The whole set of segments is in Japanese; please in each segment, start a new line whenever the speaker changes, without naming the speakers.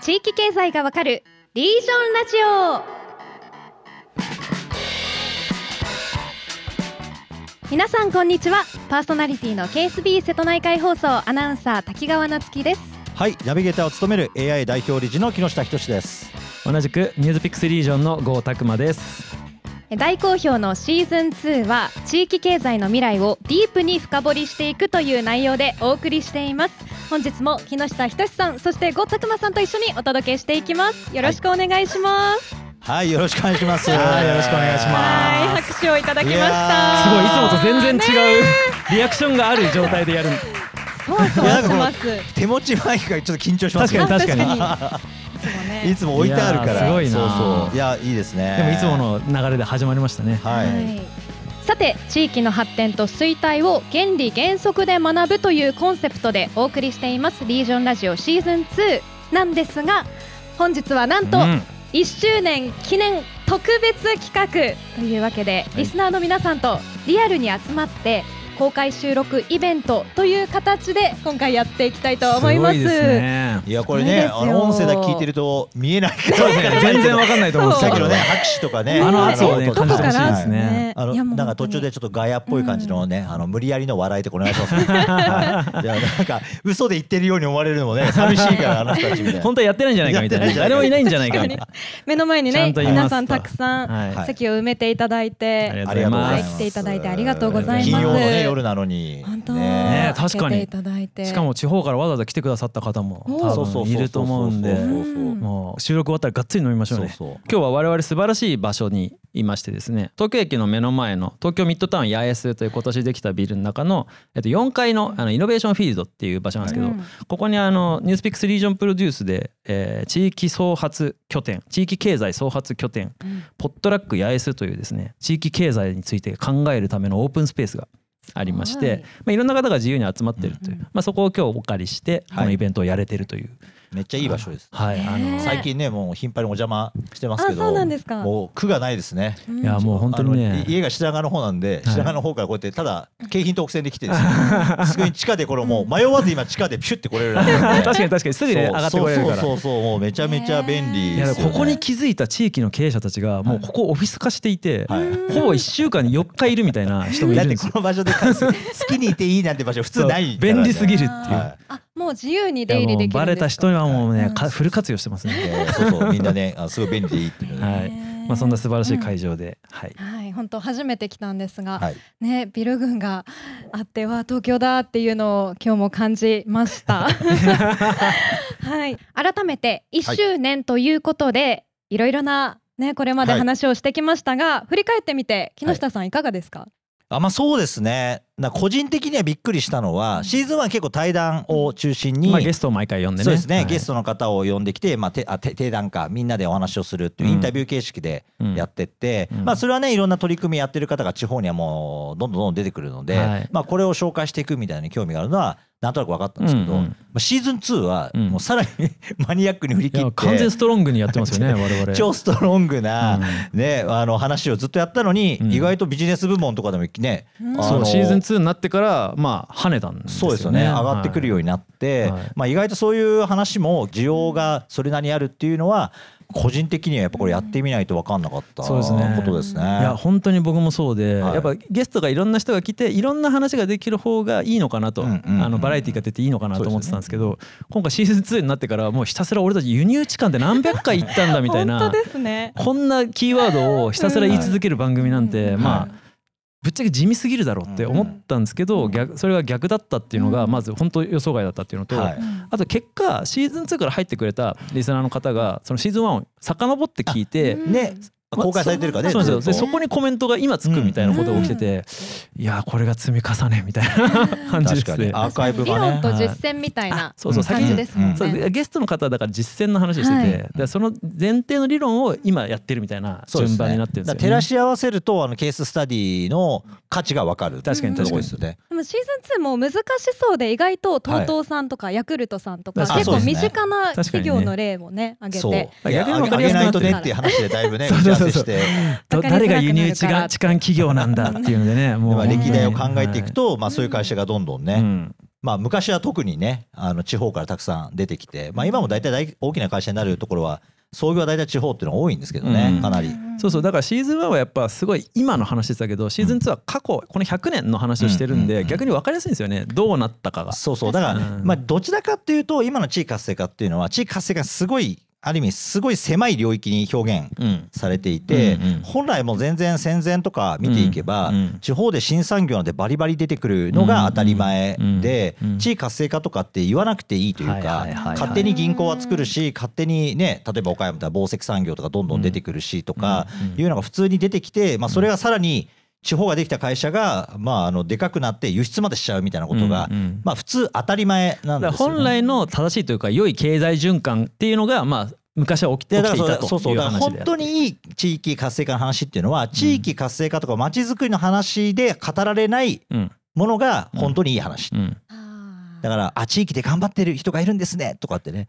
地域経済がわかるリージョンラジオ皆さんこんにちはパーソナリティの KSB 瀬戸内海放送アナウンサー滝川夏樹です
はいナビゲーターを務める AI 代表理事の木下仁です
同じくニュースピックスリージョンの郷拓馬です
大好評のシーズン2は地域経済の未来をディープに深掘りしていくという内容でお送りしています本日も木下仁さんそして呉拓磨さんと一緒にお届けしていきますよろしくお願いします
はいよろしくお願いします
はいよろしくお願いしま
はい拍手をいただきまし
いや
た
すごいいつもと全然違うリアクションがある状態でやる
そわそわしてます
手持ちマイクがちょっと緊張しますけど
確かに
あ確かにいつも
い
ね
つも置いてあるか
いやー
ら
すごいな
そうそういやいいですね
でもいつもの流れで始まりましたね
はい、
さて地域の発展と衰退を原理原則で学ぶというコンセプトでお送りしていますリージョンラジオシーズン2なんですが本日はなんと
うん
1周年記念特別企画というわけで、リスナーの皆さんとリアルに集まって公開収録イベントという形で今回やっていきたいと思います。
ごですね
いやこれ
すごい
ね
ですよ
あの音声だけ聞いてると見えないけど
そうですね全然わかんないと思うんです
さっ
け
き
ど
のね拍手とかね
あの圧
そ
を
う
ね
どこ
感じて
か
ほしい
ら
ですね
あの
いやもう
なんか途中でちょっとガヤっぽい感じのね、あの無理やりの笑いでお願いします、ねはい、じゃあなんか嘘で言ってるように思われるのもね寂しいからあの人たちみたいな
本当はやってないんじゃないかみたい
や
な
ってない
誰もいないんじゃないかみたい
確
な
目の前に
ちゃ
ね
んと言います
皆さんたくさん
はい
はい
席を埋めていただいて、
ありが
ありがとうござ
は
いま
い
す。
来ていただいてありがとうございます
金曜のね夜なのに。
本当、
ね
え確かに
出ていただいて
しかも地方からわざわざ来てくださった方も
お
多分いると思うんで
そうそう
う
そ
ん
う
もう収録終わったらがっつり飲みましょうね
そうそう
今日は我々素晴らしい場所にいましてですね東京駅の目の前の東京ミッドタウン八重洲という今年できたビルの中の、えっと、4階のあのイノベーションフィールドっていう場所なんですけど、
うん
ここにあのニュースピックスリージョンプロデュースで、えー地域創発拠点地域経済創発拠点、
ん
ポットラック八重洲というですね地域経済について考えるためのオープンスペースがありまし
はい
て、まあ、いろんな方が自由に集まってるという、
うん
まあ、そこを今日お借りして
はい
このイベントをやれてるという、
めっちゃいい場所です。
はいあの
ね
最近ねもう頻繁にお邪魔してますけど。
あそうなんですか
もう苦がないですね。
うん
いやもう本当に
あ
ね
のい家が白髪の方なんで白髪の方からこうやってただ京浜東北線で来てですね。すごい地下でこれもう迷わず今地下でピュって来れるらしいんで
確かに確かにすぐね上がってこれるから
そうそうそうそうもうめちゃめちゃ便利
い
で
やだ
す
か
よ
ら
ね。
ここに気づいた地域の経営者たちがもうここをオフィス化していて、
はい
ほぼ1週間に4日いるみたいな人もい
だ
る
って
んです
こ の
よ。
場所で好きにいていいなんて場所普通ないからね。
便利すぎるっていう。
はい
あもう自由に
い
出
や
入り
もう
できる
バ
んで
レ
すか
た人にはもう
う
ね
ん、
かフル活用してますね。
えーそうそうみんなねあすごい便利でいいっていうので。
はい。まあそんな素晴らしい会場で、はい。
はい本当初めて来たんですが、
はい。
ねビル群があっては東京だっていうのを今日も感じま した。はい改めて1周年ということで、い、ろいろなねこれまで
はい
話をしてきましたが、振り返ってみて木下さんいかがですか？
あまあそうですね。な個人的にはびっくりしたのはシーズン1結構対談を中心に。
まあゲストを毎回呼んでね。
そうですね、
はい
ゲストの方を呼んできて、まあ、てあて定談かみんなでお話をするっていうインタビュー形式で
うん
やってって、
うん
まあ、それはねいろんな取り組みやってる方が地方にはもうどんどんどんどん出てくるので、
はい
まあ、これを紹介していくみたいなのに興味があるのはなんとなく分かったんですけど、
うんうん
まあ、シーズン2は
うん
もうさらに マニアックに振り
い
切っ
や
て
完全ストロングにやってます よね、我々。
超ストロングな、
う
ね、あの話をずっとやったのに、
うん
意外とビジネス部門とかでもね、
うん
あ
そ
の
うシーズン2になってからまあ跳ねたんです
そう
よね。
ですよね上がってくるよう
う
になって、
はい
まあ、意外とそういう話も需要がそれなりにあるっていうのは個人的にはやっぱこれやってみないと分かんなかった
う
こ
んそうですね
とですね。
いや本当に僕もそうで、
はい
やっぱゲストがいろんな人が来ていろんな話ができる方がいいのかなと、
うんうんうん
あのバラエティが出ていいのかなと思ってたんですけど今回シーズン2になってからもうひたすら俺たち輸入地間って何百回行ったんだみたい
本
な
当ですね。
こんなキーワードをひたすら言い続ける番組なんて、
うん
まあ、
はい
ぶっちゃけ地味すぎるだろうって思ったんですけど、逆それが逆だったっていうのがまず本当予想外だったっていうのと、
はい
あと結果シーズン2から入ってくれたリスナーの方がそのシーズン1を遡って聞いて。
うん
ね
まあ
公開されてるからね
そうなんですよで
ず
そ
っと
こにコメントが今つくみたいなことが起きてて、いやーこれが積み重ねみたいな 感
確
じで
か
す
に
ね。
アーカイブ
理
がね
論と実践みたいな
あそうそう
感じですもんね。
そうでゲストの方はだから実践の話してて、
はい
でその前提の理論を今やってるみたいな
そうです
順
ね
番になってるんです
だ
よ、ね。
から照らし合わせるとあのケーススタディの価値が分かる
確かに
ってと
確か
こ
に
ですよね。
でもシーズン2も難しそうで意外と TOTO さんとかヤクルトさんとか、
確か
に
結構
そうで
身
すね
近な
確か
企
に
業
ね
の例もね挙げ
そう
て。
いや
逆に
あ
分
げ
かり
あげ
やすく
な
ないって
と
る
ねっていう話でだいぶね
そう
打ち合わ
そうそう
せ
そう
して
ど
わかりづらくなるから
誰が輸入痴 漢痴漢企業なんだっていうのでねも
ま
う
あ歴代を考えていく
と、
とまあそういう会社がどんどん
う
ね
ん
まあ、昔は特にねあの地方からたくさん出てきて、まあ、今も大体大大きな会社になるところは創業は大体地方っていうのが多いんですけどね、
うん
かなり。
そうそうだからシーズン1はやっぱすごい今の話でしたけどシーズン2は過去この100年の話をしてる
う
ん
んうん
で
うん
逆に分かりやすいんですよねどうなったかが。
そうそうだから、
うん
まあ、どちらかっていうと今の地域活性化っていうのは地域活性化がすごいある意味すごい狭い領域に表現
うん
されていて、
うんうん
本来もう全然戦前とか見ていけば、
うんうん
地方で新産業なんてバリバリ出てくるのが当たり前で、
うんうん
地域活性化とかって言わなくていいというか、
はいはいはいはい
勝手に銀行は作るし勝手にね例えば岡山だったら紡績産業とかどんどん出てくるしとか
うんうん
いうのが普通に出てきて、まあ、それがさらに地方ができた会社が、まあ、あのでかくなって輸出までしちゃうみたいなことが、
うんうん
まあ、普通当たり前なん
だ
で
から
すよ、ね。
本来の正しいというか良い経済循環っていうのがまあ昔は起き
で
起き
だ
てい
から
た
そう
と
そう
いう
だから
話
本
であって
当にいい地域活性化の話っていうのは地域活性化とかまちづくりの話で語られない
うん
ものが本当にいい話、
うん
だからあ地域で頑張ってる人がいるんですねとかってね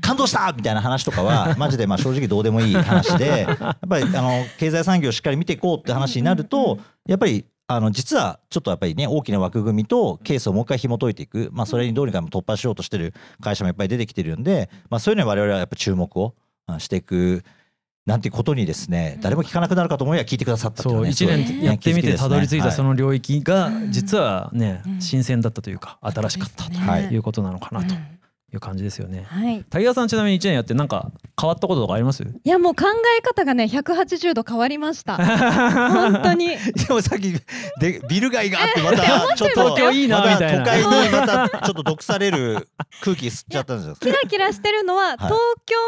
感動したみたいな話とかはマジでまあ正直どうでもいい話でやっぱりあの経済産業をしっかり見ていこうって話にな
うんう
る
んう
とやっぱりあの実はちょっとやっぱりね大きな枠組みとケースをもう一回紐解いていく、まあ、それにどうにか突破しようとしてる会社もいっぱい出てきてるんで、まあ、そういうのに我々はやっぱ注目をあしていく。なんてことにですね誰も聞かなくなるかと思えば聞いてくださったってい
そう
ね
1
すご
年
い
やって
気づき
みて
です
た
ね
どり着い
は
たその領域が
うん
実はね
うん
新鮮だったというか新しかったと
はい
いうことなのかなと
うん
いう感じですよね。
はい。
滝川さんちなみに1年やってなんか変わったこととかあります
いやもう考え方がね180度変わりました。 本当に。
でもさっきでビル街があって またちょっと
東京いいな
また
みたいな
都会にまたちょっと毒される空気吸っちゃったんですよ。
キラキラしてるのは東京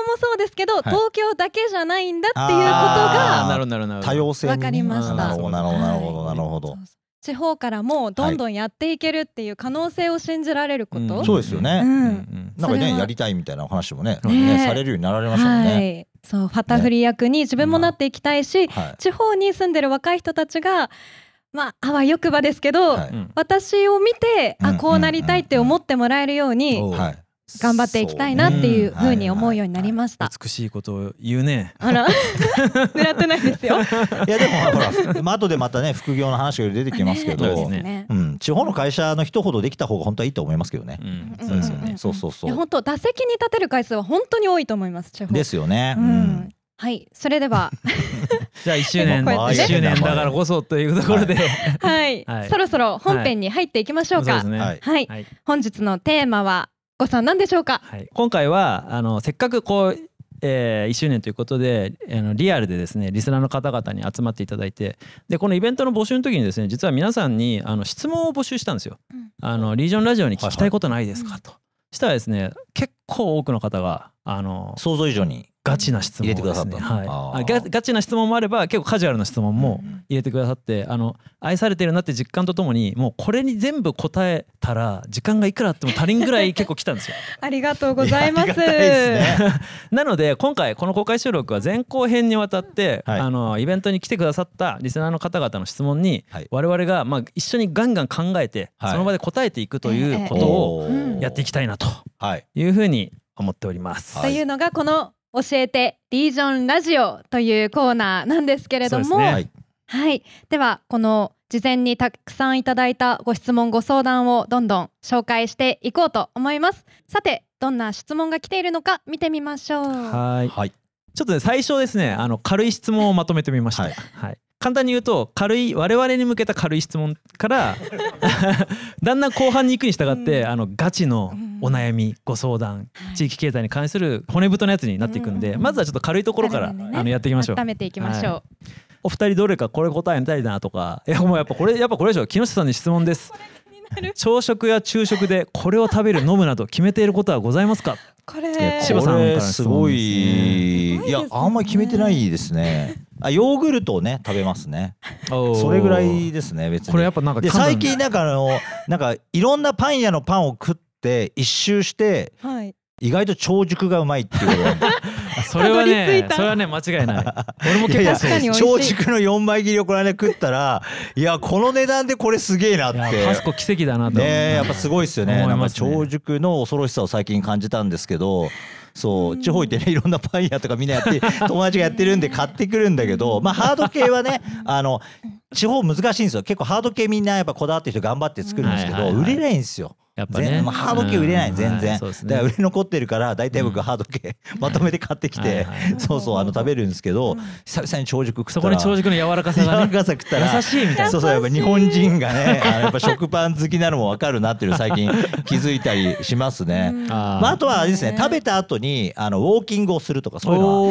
もそうですけど、
い
東京だけじゃないんだっていうこと
あ
が
ー
なるほどなるほどなるほど。
多様性にね
わかりました
なるほどなるほどなるほどなるほ
そ
ど
う。そう地方からもどんどんやっていけるっていう可能性を信じられること、
はい
そうですよ
う
ね。
ん
うん
なんか
それ
ね
は
やりたいみたいなお話もね
ね
ねされるようになられましたもんね。
い、そうファタフリ役に自分もなっていきたいし、
はい。
地方に住んでる若い人たちがまああわよくばですけど、
は
うんうん
私を見て、
うん
あこうなりたいって思ってもらえるように、
うんうん
はい。
頑張っていきたいなっていうふうに思うようになりました。
美しいことを言うね。
あら、 狙ってないですよ。
いやでもほら、まあ後でまたね副業の話が出てきますけ
そうです
ど
ね、
うん地方の会社の人ほどできた方が本当はいいと思いますけどね。
うん
うん
そうですよね。
そうそう
い
そ
や
う。
本当打席に立てる回数は本当に多いと思います。地方
ですよね。
う
うんん。
はい、それでは、
じゃあ1周年
こうやってね
1周年だからこそというところで。
はい、
はい
そろそろ本編に入っていきましょうか。
そうですね。
はい
はい、
はい
本日のテーマは、ごさんなんでしょうか。
はい、今回はあのせっかくこう、え1周年ということであのリアルでですねリスナーの方々に集まっていただいてでこのイベントの募集の時にですね実は皆さんにあの質問を募集したんですよ。
うん
あのリージョンラジオに聞きたいことないです
は
か
い
と。したらですね結構多くの方があの
想像以上に。
ガチな質問をですね
入れてくださったの
はい、あ
あー
ガガチな質問もあれば結構カジュアルな質問も入れてくださって、あの愛されてるなって実感とともにもうこれに全部答えたら時間がいくらあっても足りんぐらい結構来たんですよ。
ありがとうございます。
やありがたいですね。
なので今回この公開収録は前後編にわたって、
はい
あのイベントに来てくださったリスナーの方々の質問に
はい
我々がまあ一緒にガンガン考えて、
はい
その場で答えていくという ことを
お
うん
ー
やっていきたいなと
はい。
いうふうに思っております。
というのがこの教えてリージョンラジオというコーナーなんですけれども、
そうですね
はい。
はい、ではこの事前にたくさんいただいたご質問ご相談をどんどん紹介していこうと思いますさてどんな質問が来ているのか見てみましょう
はい
はい。
ちょっとね最初ですねあの軽い質問をまとめてみました、は
はいい
簡単に言うと軽い我々に向けた軽い質問から だんだん後半に行くに従って、
うん
あのガチのお悩みご相談
はい
地域経済に関する骨太のやつになっていくんで、
うん
まずはちょっと軽いところから、
軽めにね
あのやっていきましょう
温めていきましょう、
はお二人どれかこれ答えたいなとか いやもうやっぱこれやっぱこれでしょ木下さんに質問です朝食や昼食でこれを食べる飲むなど決めていることはございますか
こ
ー
れ
千葉さん
こ
から
れ
の
す
質
ご
問です
すごいで
い。
ね
すね
いや、あんまり決めてないですね。あ、ヨーグルトをね、食べますね。それぐらいですね、別に。
これやっぱなんか
で、
噛む
最近なんかあの、なんかいろんなパン屋のパンを食って、一周して。
はい
意外と長熟がうまいっていうことが
それは
たどり着い
ね
た
それはね間違いない 俺も結
いや
構
確
い
そう
かに美味しい
長熟の4枚切りをこの間食ったらいやこの値段でこれすげえなっ
いや
て
パスコ奇跡だなと。
ねえやっぱすごいですよね
思い
なん
ま
か
すね
長熟の恐ろしさを最近感じたんですけどそううん地方行ってねいろんなパン屋とかみんなやって 友達がやってるんで買ってくるんだけどまあハード系は ねあの地方難しいんですよ結構ハード系みんなやっぱこだわってる人頑張って作るんですけ
はい
ど
はいは
売れ
い
ないんですよ。
やっぱ
全
ね
然、まあ、ハード系売れない、
うん
全
は
然、
そうですね
だから売れ残ってるから大体
う
僕
ん
ハード系 まとめて買ってきて、
はいはい
そうそうあの食べるんですけど、
うん
久々に長熟食った
そ
ら
こに長熟の柔らかさが
柔
ね
らかさ食ったら
優しいみたいな
そうそうやっぱ日本人がねあのやっぱ食パン好きなのも分かるなっていうの最近気づいたりしますね、
うん
あー
まあ、あとはあれですね
ね
食べた後にあのウォーキングをするとかそういうのは
へ
お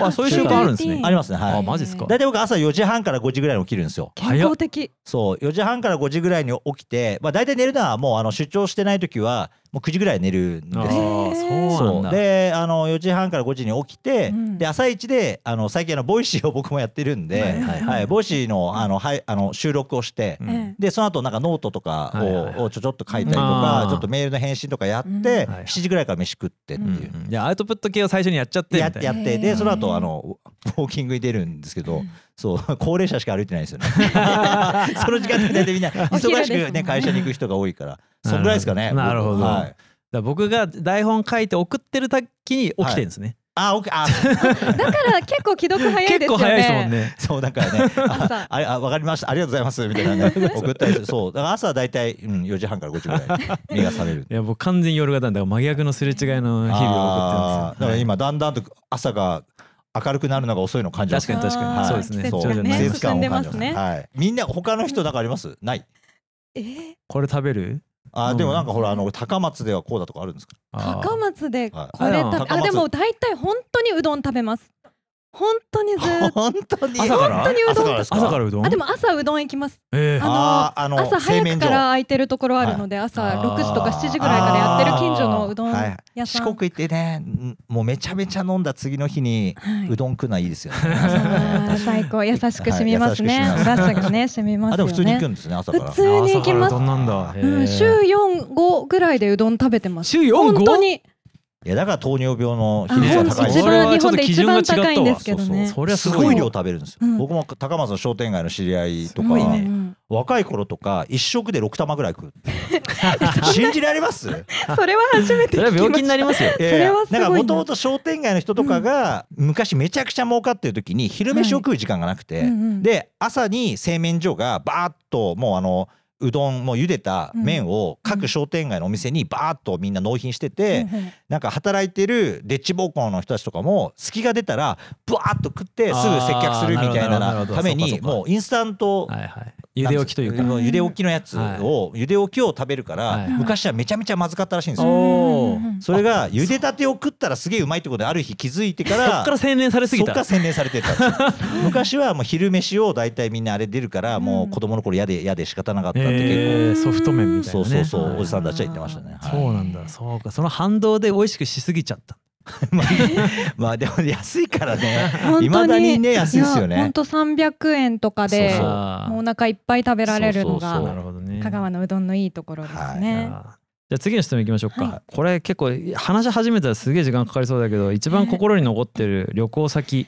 ー
ーあそういう習慣あるんです
ルーティ
ね
ン
ありますねはい
あマジっすか
大体僕朝4時半から5時ぐらいに起きるんですよ
健康的
そう4時半から5時ぐらいに起きて、まあ、大体寝るのはもうあの出張してない時はもう9時ぐらいに寝るん
あ
ですよ
ー
ー
そうなんだ
であの4時半から5時に起きて、
うん
で朝一であの最近あのボイシーを僕もやってるんで、
はい
はい
はいボイシーのあの,、はい、あの収録をして、
うん
ええ
でその後なんかノートとかを,、
はいはいはい
ちょちょっと書いたりと
う
か
ん
ちょっとメールの返信とかやって、
うん
7
はい
時ぐらいから飯食ってっていう
うん
う。
うんじゃあアウトプット系を最初にやっちゃってみ
や
た
っ
い
て
な
やって
へー
でその後あのウォーキングに出るんですけど、そう高齢者しか歩いてないんですよ ねその時間って大体 みんな
お昼
忙し
です
く
も
ね
んね
会社に行く人が多いからそんぐらいですかね
なるほど
僕はい、
だから僕が台本書いて送ってる時に起きてるんですね、
あおあ
だから結構既読早いですよね
結構早いですもんね
そうだ からね、
朝
あああわかりました、ありがとうございますみたいなね、送ったりする。そう、だから朝はだいたいうん4時半から5時ぐらい目が覚める。
いや僕完全に夜型なんだから真逆のすれ違いの日々を送
あー
って
だか
る
ら
んですよ、
今だんだんと朝が明るくなるのが遅いのを感じます。
確かに確かに
あー
そうですね
季
そう
節が
そうです
ね
ね
進んでますね、
はい。みんな他の人なんかあります？ない。
えー
これ食べる
あ
う
ー
ん
でもなんかほらあの高松ではこうだとかあるんですか？
あー
高松でこれ
はい
食べ
あ高
あ
松
でも大体本当にうどん食べます本当にずーっと
本当に
朝から
本当にうどん
朝からですか？
朝からうどん
あでも朝うどん行きます
えー
あ
あーあの
朝早くか
製
ら空いてるところあるので朝
はい
6時とか7時ぐらいからやってる近所のうどん
は
屋
い。
さ
四
ん
国行ってね、うんもうめちゃめちゃ飲んだ次の日に
はいう
どん食うのはいいです よね。
あー最高優しくしみますね、
はい優しくし
お
ます
出汁がねしみますよね
あでも普通に行くんですね朝から
普。通に行きます
朝からうどんなんだ、へー
うん、週45ぐらいでうどん食べてます
週四
本当
五
に
いやだから糖尿病の
あ
比率が
本
高
当一
いんで
番日
すよ。
本で一番高いんです
そ
け
う
ど
そう
ね
それはす
す
ごい
ごい量食べるんですよ、
うん
僕も高松の商店街の知り合いと
すご
か、
いねうん
若い頃とか一食で6玉ぐらい 食う信じられます
それは初めて
それは病気になりますよ
いやい
それ
や
はすごい
な
なん
かもともと商店街の人とかが昔めちゃくちゃ儲かってる時に昼飯を食う時間がなくて、
はいうんうん
で朝に製麺所がバーッともうあのうどんもう茹でた麺を各商店街のお店にバーッとみんな納品してて、なんか働いてるデッチ奉公の人たちとかも隙が出たらブワーッと食ってすぐ接客するみたい
あーなるほ
な
ど
ため
なるほどそうかそう
に
か
もうインスタント
はいはい茹で置きというか
なんです茹で置きのやつを茹で置きを食べるから、
はい
昔はめちゃめちゃまずかったらしいんですよ。
う
おお
んうんうん
それが茹でたてを食ったらすげえうまいってことである日気づいてか
そっ
ら
から洗練されすぎ
そっから
た
洗練されてたんですよ 昔はもう昼飯を大体みんなあれ出るからもう子供の頃嫌で嫌で仕方なかったって結
えーソフト麺み
構
た
そう
いな
そ
ね
うそう、
はい
おじさんたちは言ってましたね、はい
そうなんだそうかその反動で美味しくしすぎちゃった
まあでも安いからね
本当に
いまだにね安いですよね
や本当300円とかで
そうそ
も
う
うお腹いっぱい食べられるの
そ
が
うそう
なるほどね
香川のうどんのいいところですね。
あーじゃあ次の質問いきましょうか、
は
これ結構話し始めたらすげえ時間かかりそうだけど一番心に残ってる 旅行先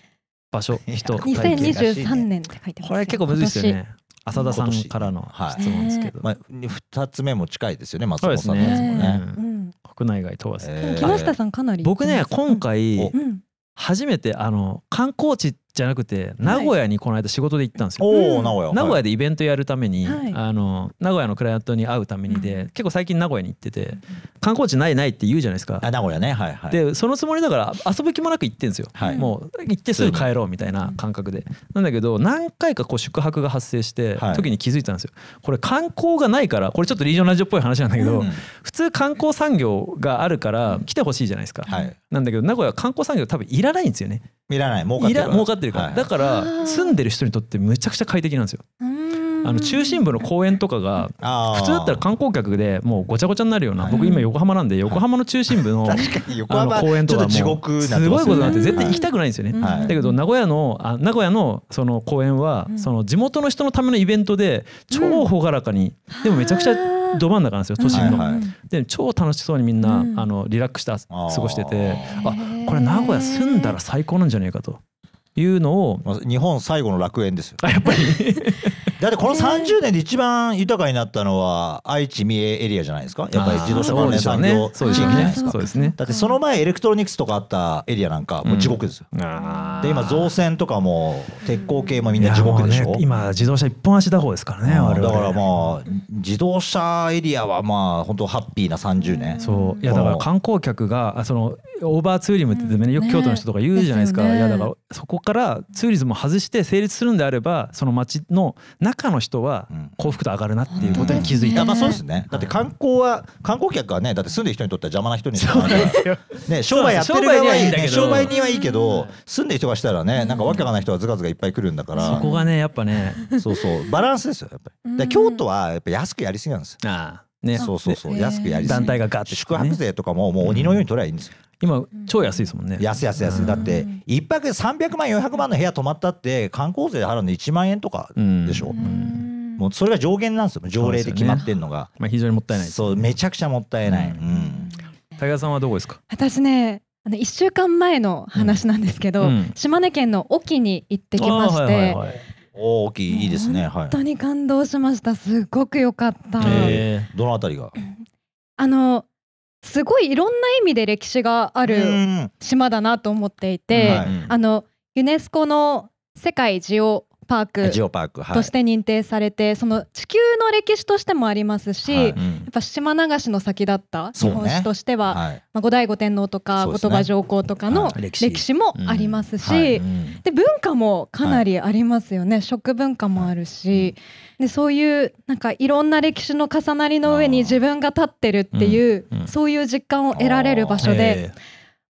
場所 人
いや
体験
2023年って書いてますよ。
これ結構むずいですよね浅田さんからの
はい
質問ですけど、
まあ、2つ目も近いですよね松本さん
今
の
そう
や
で
年。
つも
す
ね
ね。
うん
うん
国内外問わず、
えー
木下さんかなり
僕ね今
う
回
ん
うん
初めてあの観光地じゃなくて名古屋にこの間仕事で行ったんですよ、
お
うん
お名古屋
名古
は
屋でイベントやるために、
はい
あの名古屋のクライアントに会うためにで、
うん
結構最近名古屋に行ってて観光地ないないって言うじゃないですか
い、あ名古屋ねはいはい
でそのつもりだから遊ぶ気もなく行ってんですよ、
はい
もう行ってすぐ帰ろうみたいな感覚でなんだけど何回かこう宿泊が発生して
はい
時に気づいたんですよこれ観光がないからこれちょっとリージョナルジオっぽい話なんだけど、
うん
普通観光産業があるから来てほしいじゃないですか、
はい
なんだけど名古屋は観光産業多分いらないんですよね
いらない儲かって
い
る
ら儲かってるから、
はい
だか
あー
ら住んでる人にとってむちゃくちゃ快適なんですよ、
うん
あの中心部の公園とかが
あー
普通だったら観光客でもうごちゃごちゃになるような、
はい
僕今横浜なんで横浜の中心部の、
確かに横
あの
浜
公園
ち
と
ょっ
か
と
も
地獄になって
す
ま
ごい
す
こと
よ
になって
ね
絶対
はい
行きたくないんですよね。
はい
だけど名古屋のあ名古屋のその公園は
うん
その地元の人のためのイベントで超朗らかにでもめちゃくちゃど真ん中なんですよ都心
は
の。
いはい
で超楽しそうにみんな
うん
あのリラックスして
あー
過ごしててあこれ名古屋住んだら最高なんじゃないかというのを
まあ日本最後の楽園ですよ
あやっぱり
だってこの
ね
30年で一番豊かになったのは愛知三重エリアじゃないですかやっぱり自動車
あー
関連産業地
そう
域
でし
じ
ょ
ゃ
う
ない
ね
ですか
そうですね
だってその前エレクトロニクスとかあったエリアなんかもう地獄ですよ、で今造船とかも鉄鋼系もみんな地獄でし
いやも
ょ
うね今自動車一本足打法ですからね
う
我
ん
々
だからまあ自動車エリアはまあ本当ハッピーな30年
そういやだから観光客があそのオーバーツーリムって言ってねよく京都の人とか言うじゃないですか
ね
いや
ですよね
だからそこからツーリズムを外して成立するんであればその街の中の人は
うん
幸福度上がるなっていうことに気づい
ね
た
あまあそうですねだって観光は観光客はねだって住んでる人にとっては邪魔な人にしかならないからね商売やってる側はいいね商
商
売
売
人はいいけど住んでる人がしたらねなんかわけわかんない人がずかずかいっぱい来るんだか
そ
ら
こがねやっぱね
そうそうバランスですよやっぱり
う
で
ん
京都はやっぱ安くやりすぎなんですよ
ああね
そうそうそう
ね
安くやりすぎ
団体がガッて
宿泊税とかももう鬼のように取ればいいんですよ
今超安いですもんね
安い安い安いだって一泊300万400万の部屋泊まったって観光税払うの1万円とかでしょ、
う
うん
もうそれが上限なんですよ条例で決まってんのが
まあ非常にもったいないです
そうめちゃくちゃもったいない、う
うん
ん
高田さんはどこですか
私ねあの1週間前の話なんですけど、
うん
島根県の隠岐に行ってきまして、
ああはいはいはい
大きいいいですねは
本
い
当に感動しましたすごく良かった、
え
どのあたりが
あのすごいいろんな意味で歴史があ
あ
る島だなと思っていて、
うんはい
あのユネスコの世界ジオパーク
ジオパークはい
として認定されて、その地球の歴史としてもありますし、
はい
やっぱ島流しの先だった
そ
日
う
本
ね
史としては、
はい
まあ、後醍醐天皇とか
そ
後
うですね
鳥羽上皇とかの
はい
歴史
歴史もありますし、
はい
うん
で文化もかなりありますよね、食文化もあるし、でそういうなんかいろんな歴史の重なりの上に自分が立ってるっていう、
うんうん
そういう実感を得られる場所で、
え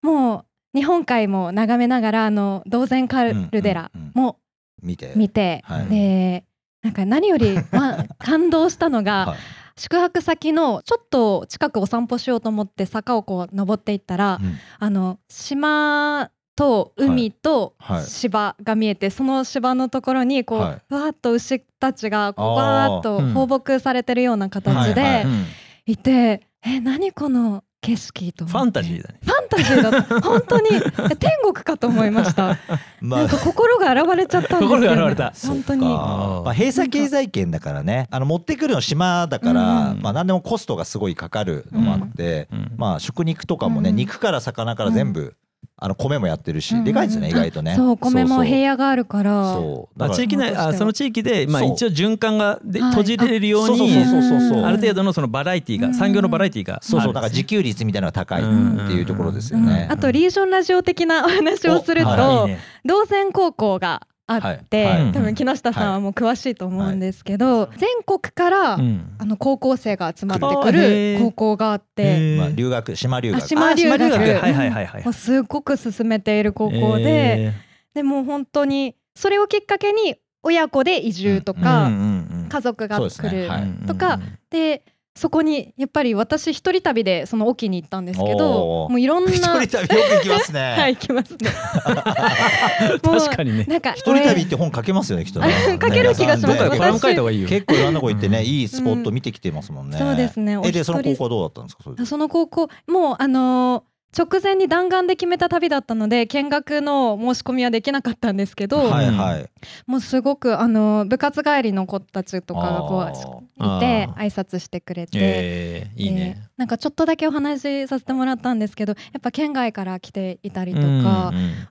もう日本海も眺めながらあの道前カルデラも
見て
見て、
はい
でなんか何より、まあ、感動したのが、
はい
宿泊先のちょっと近くお散歩しようと思って坂をこう登っていったら、
うん
あの島と海と
はいはい
芝が見えて、その芝のところにこう、
はい
ふわっと牛たちがこう
あー
わーっと
うん
放牧されてるような形
はいはい
で
えうん
いて、え何この景色と思
フ
って
ァンタジーだね
ファンタジーだった 本当にえ天国かと思いました、
ま
なんか心が現れちゃったんですよ、ね、
心が現れた
本当に
そっ
は
か
うん
まあ、閉鎖経済圏だからねあの持ってくるの島だから、
うん
まあ、何でもコストがすごいかかるのもあって、
うん
まあ、食肉とかもね、
うん
肉から魚から全部、あの米もやってるし、
うん
でかいですね意外とね。
そうお米も
平
平野があるから
そうだ
あ
から
地域内あその地域で、まあ、
そう
一応循環がで
はい
閉じれるよう
そう
に
そうそうそうそう
うん
ある程度のそのバラエティ
う
が
ん
産業のバラエティがある
そうそうだから
んです
自
ね
給率みたいなのが高いっ
うん
ていうところです
う
よ
ん
ね。
あとリージョンラジオ的なお話をすると、
お
あいいね
道前高校があって、
はい
はい
多分木下さんはもう詳しいと思うんですけど、全国から、
うん
あの高校生が集まって
あ
く
へ
る
ー
高校があって、
へー
まあ、留学島留
あ
学
島留学
あ島留学
うん
はいはいはいはい
もうすごく進めている高校で、
え
でもう本当にそれをきっかけに親子で移住と
ー
か、
うんうんうん
家族が
そう
来
ですね
る、
はい
とか
うんうん
でそこにやっぱり私一人旅でその沖に行ったんですけ
お
ど
ー
もういろんな
一人旅よく行きますね。
はい行きますねもう
確かにね
なんか
一人旅って本書けますよねきっとね
書ける気がしま
今
す
回
ね
コラム書いた方がいいよ
結構いろんなとこ行ってね、
うん
いいスポット見てきてますもんね。
そうですねお
え
一
で
人
その高校はどうだったんですかそれで
その高校もうあのー直前に弾丸で決めた旅だったので見学の申し込みはできなかったんですけど、
はいはい。
もうすごくあのー部活帰りの子たちとかが
あ
こ
ー
ういて
あ
挨
ー
拶してくれて、
えーいい
で
ね
なんかちょっとだけお話しさせてもらったんですけどやっぱ県外から来ていたりとか、
うんうん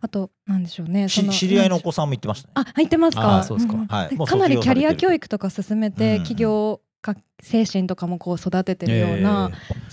あとなんでしょうね
し知り合いのお子
さ
さんも行ってましたね。
あ入ってますか
あーそうですか
んん
はい
で
もう
かなり
卒業
キャ
されて
リ
る
ア教育とか進め
うんう
て
ん
企業家精神とかもこう育ててるような、
えー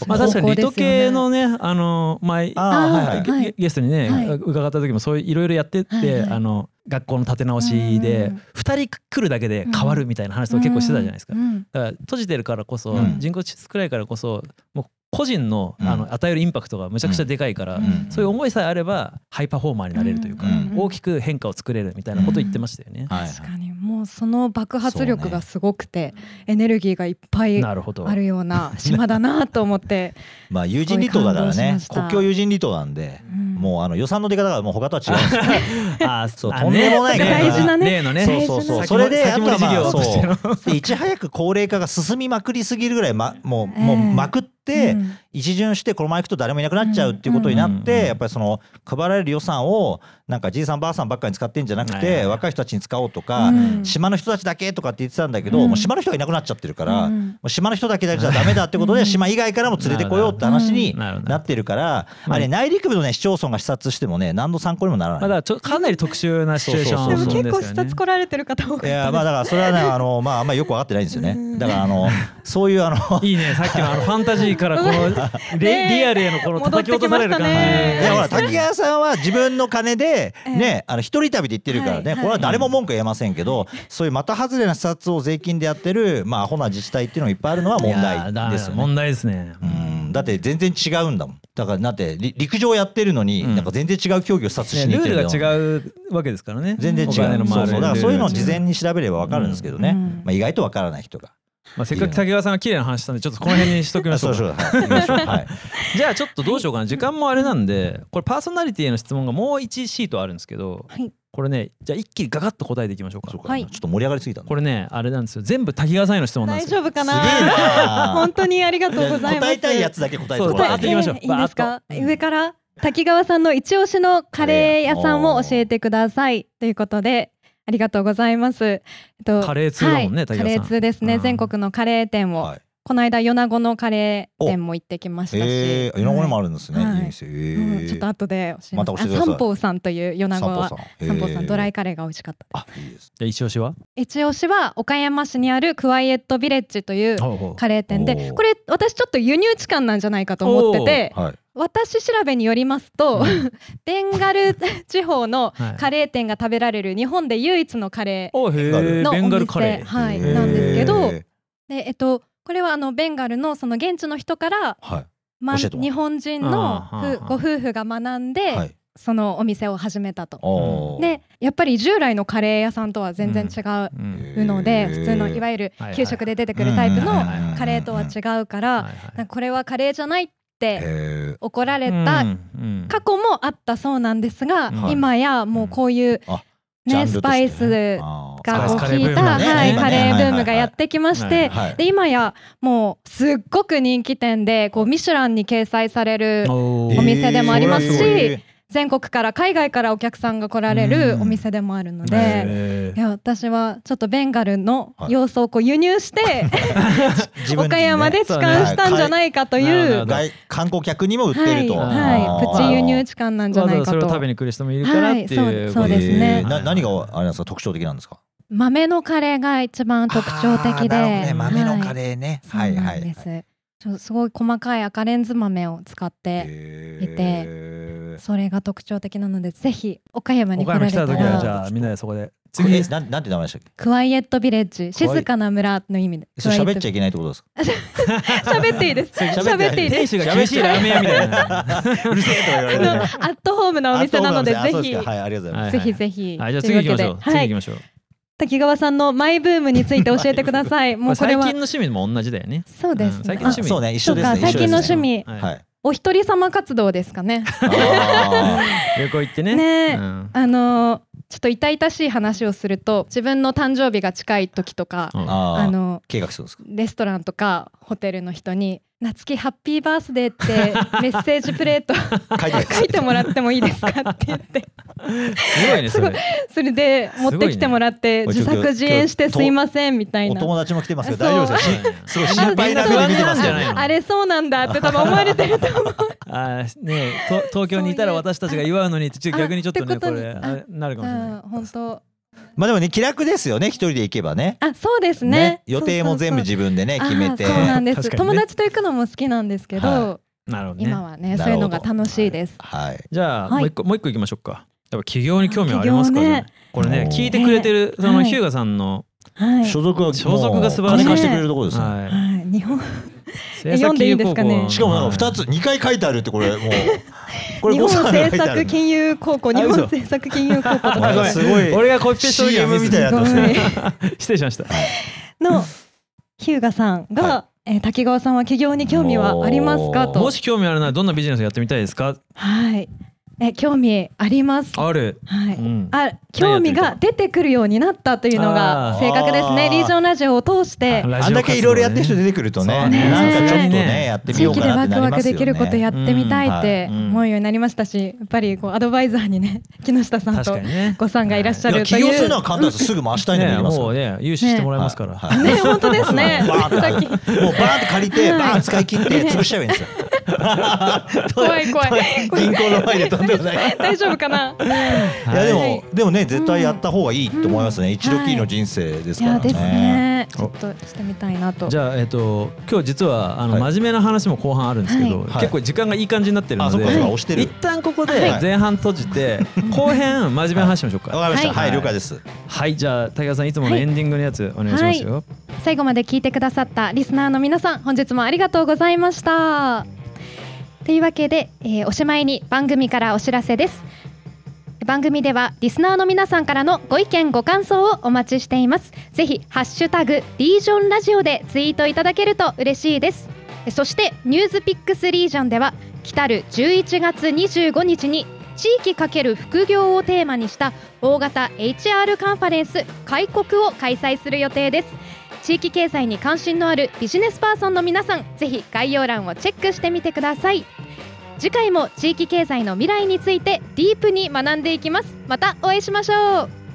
まあ確かにリト系のねあの前
あーはいはい
あーはい
ゲゲストにね、
はい
伺った時もそういろいろやってって、
はいはい
あの学校の立て直し
う
で
んうん
2人来るだけで変わるみたいな話を結構してたじゃないですか。
うんうん
だから閉じてるからこそ、
うん
人口少ないからこそもう個人の,、
うん
あの与えるインパクトがむちゃくちゃでかいから、
ん
そういう思いさえあればハイパフォーマーになれるというか、
うん
大きく変化を作れるみたいなことを言ってましたよね。
はいはい
確かにもうその爆発力がすごくて、エネルギーがいっぱい
なるほど
あるような島だなと思 って、
まあ友人離島だから
すごい感
ね
動しました
国境友人離島なんで、
うん
もうあの予算の出方がもう他とは違うんですよね
あー
そう
あ
とんでもない
ね
大事なね
例のね
そうそうそう
先
それであ
先
と
物
は
事
まあ
業としての
そうでいち早く高齢化が進みまくりすぎるぐらい、ま、もうもう
ええ
まくって、
うん
一巡してこのまま行くと誰もいなくなっちゃうっていうことになっ
うんうん
てやっぱりその配られる予算をなんかじいさんばあさんばっかりに使ってんじゃなく
はいはい
て
はい
若い人たちに使おうとか
うん
島の人たちだけとかって言ってたんだけど
うん
もう島の人がいなくなっちゃってるから
う
も
ん
う島の人だけじゃダメだってこと
う
で
ん
島以外からも連れてこようって話に
なるほど
なってるから
うん
あれ内陸部のね市町村が視察してもね何の参考にもなら
まあだか
ない。
らちょかなり特殊なシチュエーション
で
そう
も
そうそう
結構視
ですよね
察来られてる方多かった
い
です
やまあだからそれはねあのまああんまりよく分かってないんですよ
うん
ね。だからあのそういうあの
いいねさっきのあのファンタジーからこ のレ
ねえ
リアルへのこの叩き落とされる
戻ってきました
感じ
ね
いやほら滝川さんは自分の金で
ええ
ねあの一人旅で行ってるから
は
ね
い
これは誰も文句言えませんけどそういうまた外れな視察を税金でやってるまあアホな自治体っていうのがいっぱいあるのは問
いや
題
だ
ですよね。
問題ですね
うんだって全然違うんだもんだからだってり陸上やってるのに
うん
なんか全然違う競技を視察しに
ね
行
ル
ってる
ール
ん
が
だもん
違うわけですからね
全然違う
お金の
そ
回
う
る
そうだからそういうのを事前
ルールが違
に調べれば分かるんですけどね、
うん
まあ、意外と分からない人が。
まあ、せっかく滝川さんが綺麗な話したんでちょっとこの辺にしときましょ
そうう
か
そうはい行きましょうはい
じゃあちょっとどうしようかな時間もあれなんでこれパーソナリティへの質問がもう1シートあるんですけど
はい
これねじゃあ一気にガガッと答えていきましょうか
そうか
はい
ちょっと盛り上がりすぎたな
これねあれなんですよ全部滝川さんへの質問なんで
大
すよ
丈夫か
すげえ
な
な
本当にありがとうございます
答えたいやつだけ答えて
そ
も
う
らっ
バーッ
て
といきましょう
えいいですか
バーッと
上から滝川さんの一押しのカレー屋さんを教えてくださいということでありがとうございます、えっと
カレー通だもんね
はい
滝川さん
カレー通ですね、
うん
全国のカレー店を、
はい
この間米子のカレー店も行ってきましたし、
ええー、米子にも
は
あ
い
るんですね。
はい
い、いですよ。えー
うんちょっと後で教え
ま
ます
た教
あ
えてください
三宝さんという米子は三宝さんドライ
ク。
カレーが美味しかったです
あ、いいです。
じゃあ一押しは
一押しは岡山市にあるクワイエットビレッジという
ほうほう
カレー店で
おー
これ私ちょっと輸入地間なんじゃないかと思ってて
はい。
私調べによりますと、
う ん
ベンガル地方の
はい
カレー店が食べられる日本で唯一のカレ
おへ
ー
え
のお
ベ
店
ンガルカレー
はい、
へー
なんですけど
はい。
で、えっと、これはあのベンガルのその現地の人から、ま、
教えてもらう
日本人の
あーは
ふ
ーはー
ご夫婦が学んで、
はい。
そのお店を始めたと。
おー
でやっぱり従来のカレー屋さんとは全然違う
うん
うので、
へー
普通のいわゆる
はいはい
給食で出てくるタイプ
うんうん
の
うんうん
カレーとは違うから、
はい
なんかこれはカレーじゃないっ
へ
て
ー
怒られ
は
た
いうん
過去もあったそうなんですが、
はい
今やもうこういう
あ
ねスパイス
が
が
ス
効
パイスカレーブ
い
ーム
た
がね
はい
今ね
カレーブームがやってきまし
はい
て
はい
で今やもうすっごく人気店でこうミシュランに掲載される
おー
お店でもありますし
え
全国から海外からお客さんが来られるお店でもあるので。
へ
い
ー
や私はちょっとベンガルの様子をこう輸入して、
ー自分
岡山で
そう
痴
ね
漢したんじゃないかという
は
外観光客にも売ってると。
はい
あ
は
ー
い、プチ輸入痴漢なんじゃ
わ
な
ざ
い
わざ
か
それを
と
食べに来る人もいるからっていう
そうですね
えーな何があれなんですか特徴的なんですか。
豆のカレーが一番特徴的で
あーなるほどね豆のカ
ー
レーね。
は
はいい
そう
は
なんで
い
す。ちょすごい細かい赤レンズ豆を使って
へ
いて
ー
それが特徴的なのでぜひ岡山に来
岡
られ
山来
た
た時はじ
ら
ゃあみんなでそこで次
え
です
なんなんて名前でしたっけ。
クワイエットビレッジ
クワイ
静かな村の意味で
それ喋っちゃ
ゃ
いけないってことですか。
喋っていいです 喋
喋
っ
って
い
てい
い
い
で
店
す
主が厳しいラーメン屋みたい な
うるせえと か言わ
あ
れ
の
て。
アットホームなお店なので
あ
ぜ
そうなん
ひ、
すねあそうですかはいありがとうございます。
はい
ぜひぜひ、
はいじゃあ次行きましょ
と
う
いわ
次
けで
行き
はい
ましょう
滝川さんのマイブームについて教えてくださいも
ま
うこ
あ最
れ
近の
は
趣味も同じだよね
そうです
う
ね
ん最近の趣味
そうね一緒です
そ
ね
うか
一緒ですね
最近の趣味
は
はい い
お一人様活動ですかね。
あ
旅行行ってね
ねえ
うん
あのーちょっと痛々しい話をすると自分の誕生日が近い時とか、
う
ー
ん
あ
あ
ー
の
計画するんですか
レストランとかホテルの人に「夏希ハッピーバースデー」 ってメッセージプレート
書いて
書いてもらってもいいですかって言って
すごいねそれ
それです持
ごい
っ
ね
てきてもらって
おいち
自
ょ
作自演してすいませんみたい
お
な。
友達も来てますけど
そう
大丈夫ですかしすごい心配な目で見てますけど
みんな不安になるんじゃないの
あれそうなんだって多分思われてると思う
あーねえと東京にいたら私たちが祝うのにってちょっと逆にちょっと
あっ
ね
て
こ
ことに
れあれなるか
う
もしれ
ん
ない
本当
まあでもね気楽ですよね一人で行けばね
あそうですね
予定も全部
そう
自分でね
そう
決
そう
めて
あーそうなんです、
確かにね
友達と行くのも好きなんですけど、
は
なるほど
今
ね
はねそ
な
う
る
いう
ほど
のが楽しいです。
はい
じゃあ
はい
もう一個もう一個行きましょうかやっぱ企業に興味はありますか
企業
ね
ね
これね
おー
聞いてくれてるその
はい
日向さんの
はい。
所属は
所属が素晴らしい
もう金貸してくれるところですね
は
はい。日本
い
え読んでいいんですかね
制作企業高校
しかもなんか二つ二回書いてあるってこれもう これ
日
誤
本
算が書い
政
てあ
策
る
金融高校、日本政策金融高校と
あご
か
めん
すごい
俺がコピペした時は
CM
ミス
みたいになってますね
失礼しました
の日向さんが
は、
えー滝川さんは企業に興味はありますか
おー
と
も。し興味あるならどんなビジネスやってみたいですか
はい。え興味あります。
ある、
は
う
い。
ん、
あ興味が出てくるようになったというの
あ
が
ー
正確ですね。
あー
リージョンラジオを通して
ラ
あ
ジ
ん
オ
だ
活動ね
けいろいろやってる人出てくると
そう
ね
ね
なんかちょっと
ね
ねやってみ
地
よう
域
か
で
な
ワ
って
ク
な
ワ
りま
ク
す
で
よ
きることや
ね。
ってみたいって
うんはいうん
思うようになりましたし、やっぱりこうアドバイザーにね木下さん
確
と
かにね
ごさんがいらっしゃ
いや
るとい
起業する
う
のは簡単ですすぐ回したいので
ね
言います
もうね融資してもらいますから、
はいはい。
ね本当ですね
バーンってもうバーンって借りてバーンって使い切って潰しちゃえばいいんです よ。
怖い怖い。
銀行の前でとんでもない。
大丈夫か な。
いやで
は
も
い
でもね絶対やった方がいいと思いますね。一度きりの人生です
い
から
やです
ね。
ね。ちょっとしてみたいなと。
じゃあ、えっと、今日実はあの、
はい
真面目な話も後半あるんですけど、
はい
結構時間がいい感じになってるの
あそっ
で、
かそっか押してる
一旦ここ
は
で
い
前半閉 じて、後編真面目な話しましょうか
わかり
はい、
まし
は
た。はいい了解です。
じゃあ武田さんいつもの
はい
エンディングのやつお願いしますよ、
最後まで聞いてくださったリスナーの皆さん本日もありがとうございましたというわけで、えーおしまいに番組からお知らせです番組ではリスナーの皆さんからのご意見ご感想をお待ちしていますぜひハッシュタグリージョンラジオでツイートいただけると嬉しいですそしてニュースピックスリージョンでは来たる11月25日に地域×副業をテーマにした大型 HR カンファレンス開国を開催する予定です地域経済に関心のあるビジネスパーソンの皆さんぜひ概要欄をチェックしてみてください次回も地域経済の未来についてディープに学んでいきますまたお会いしましょう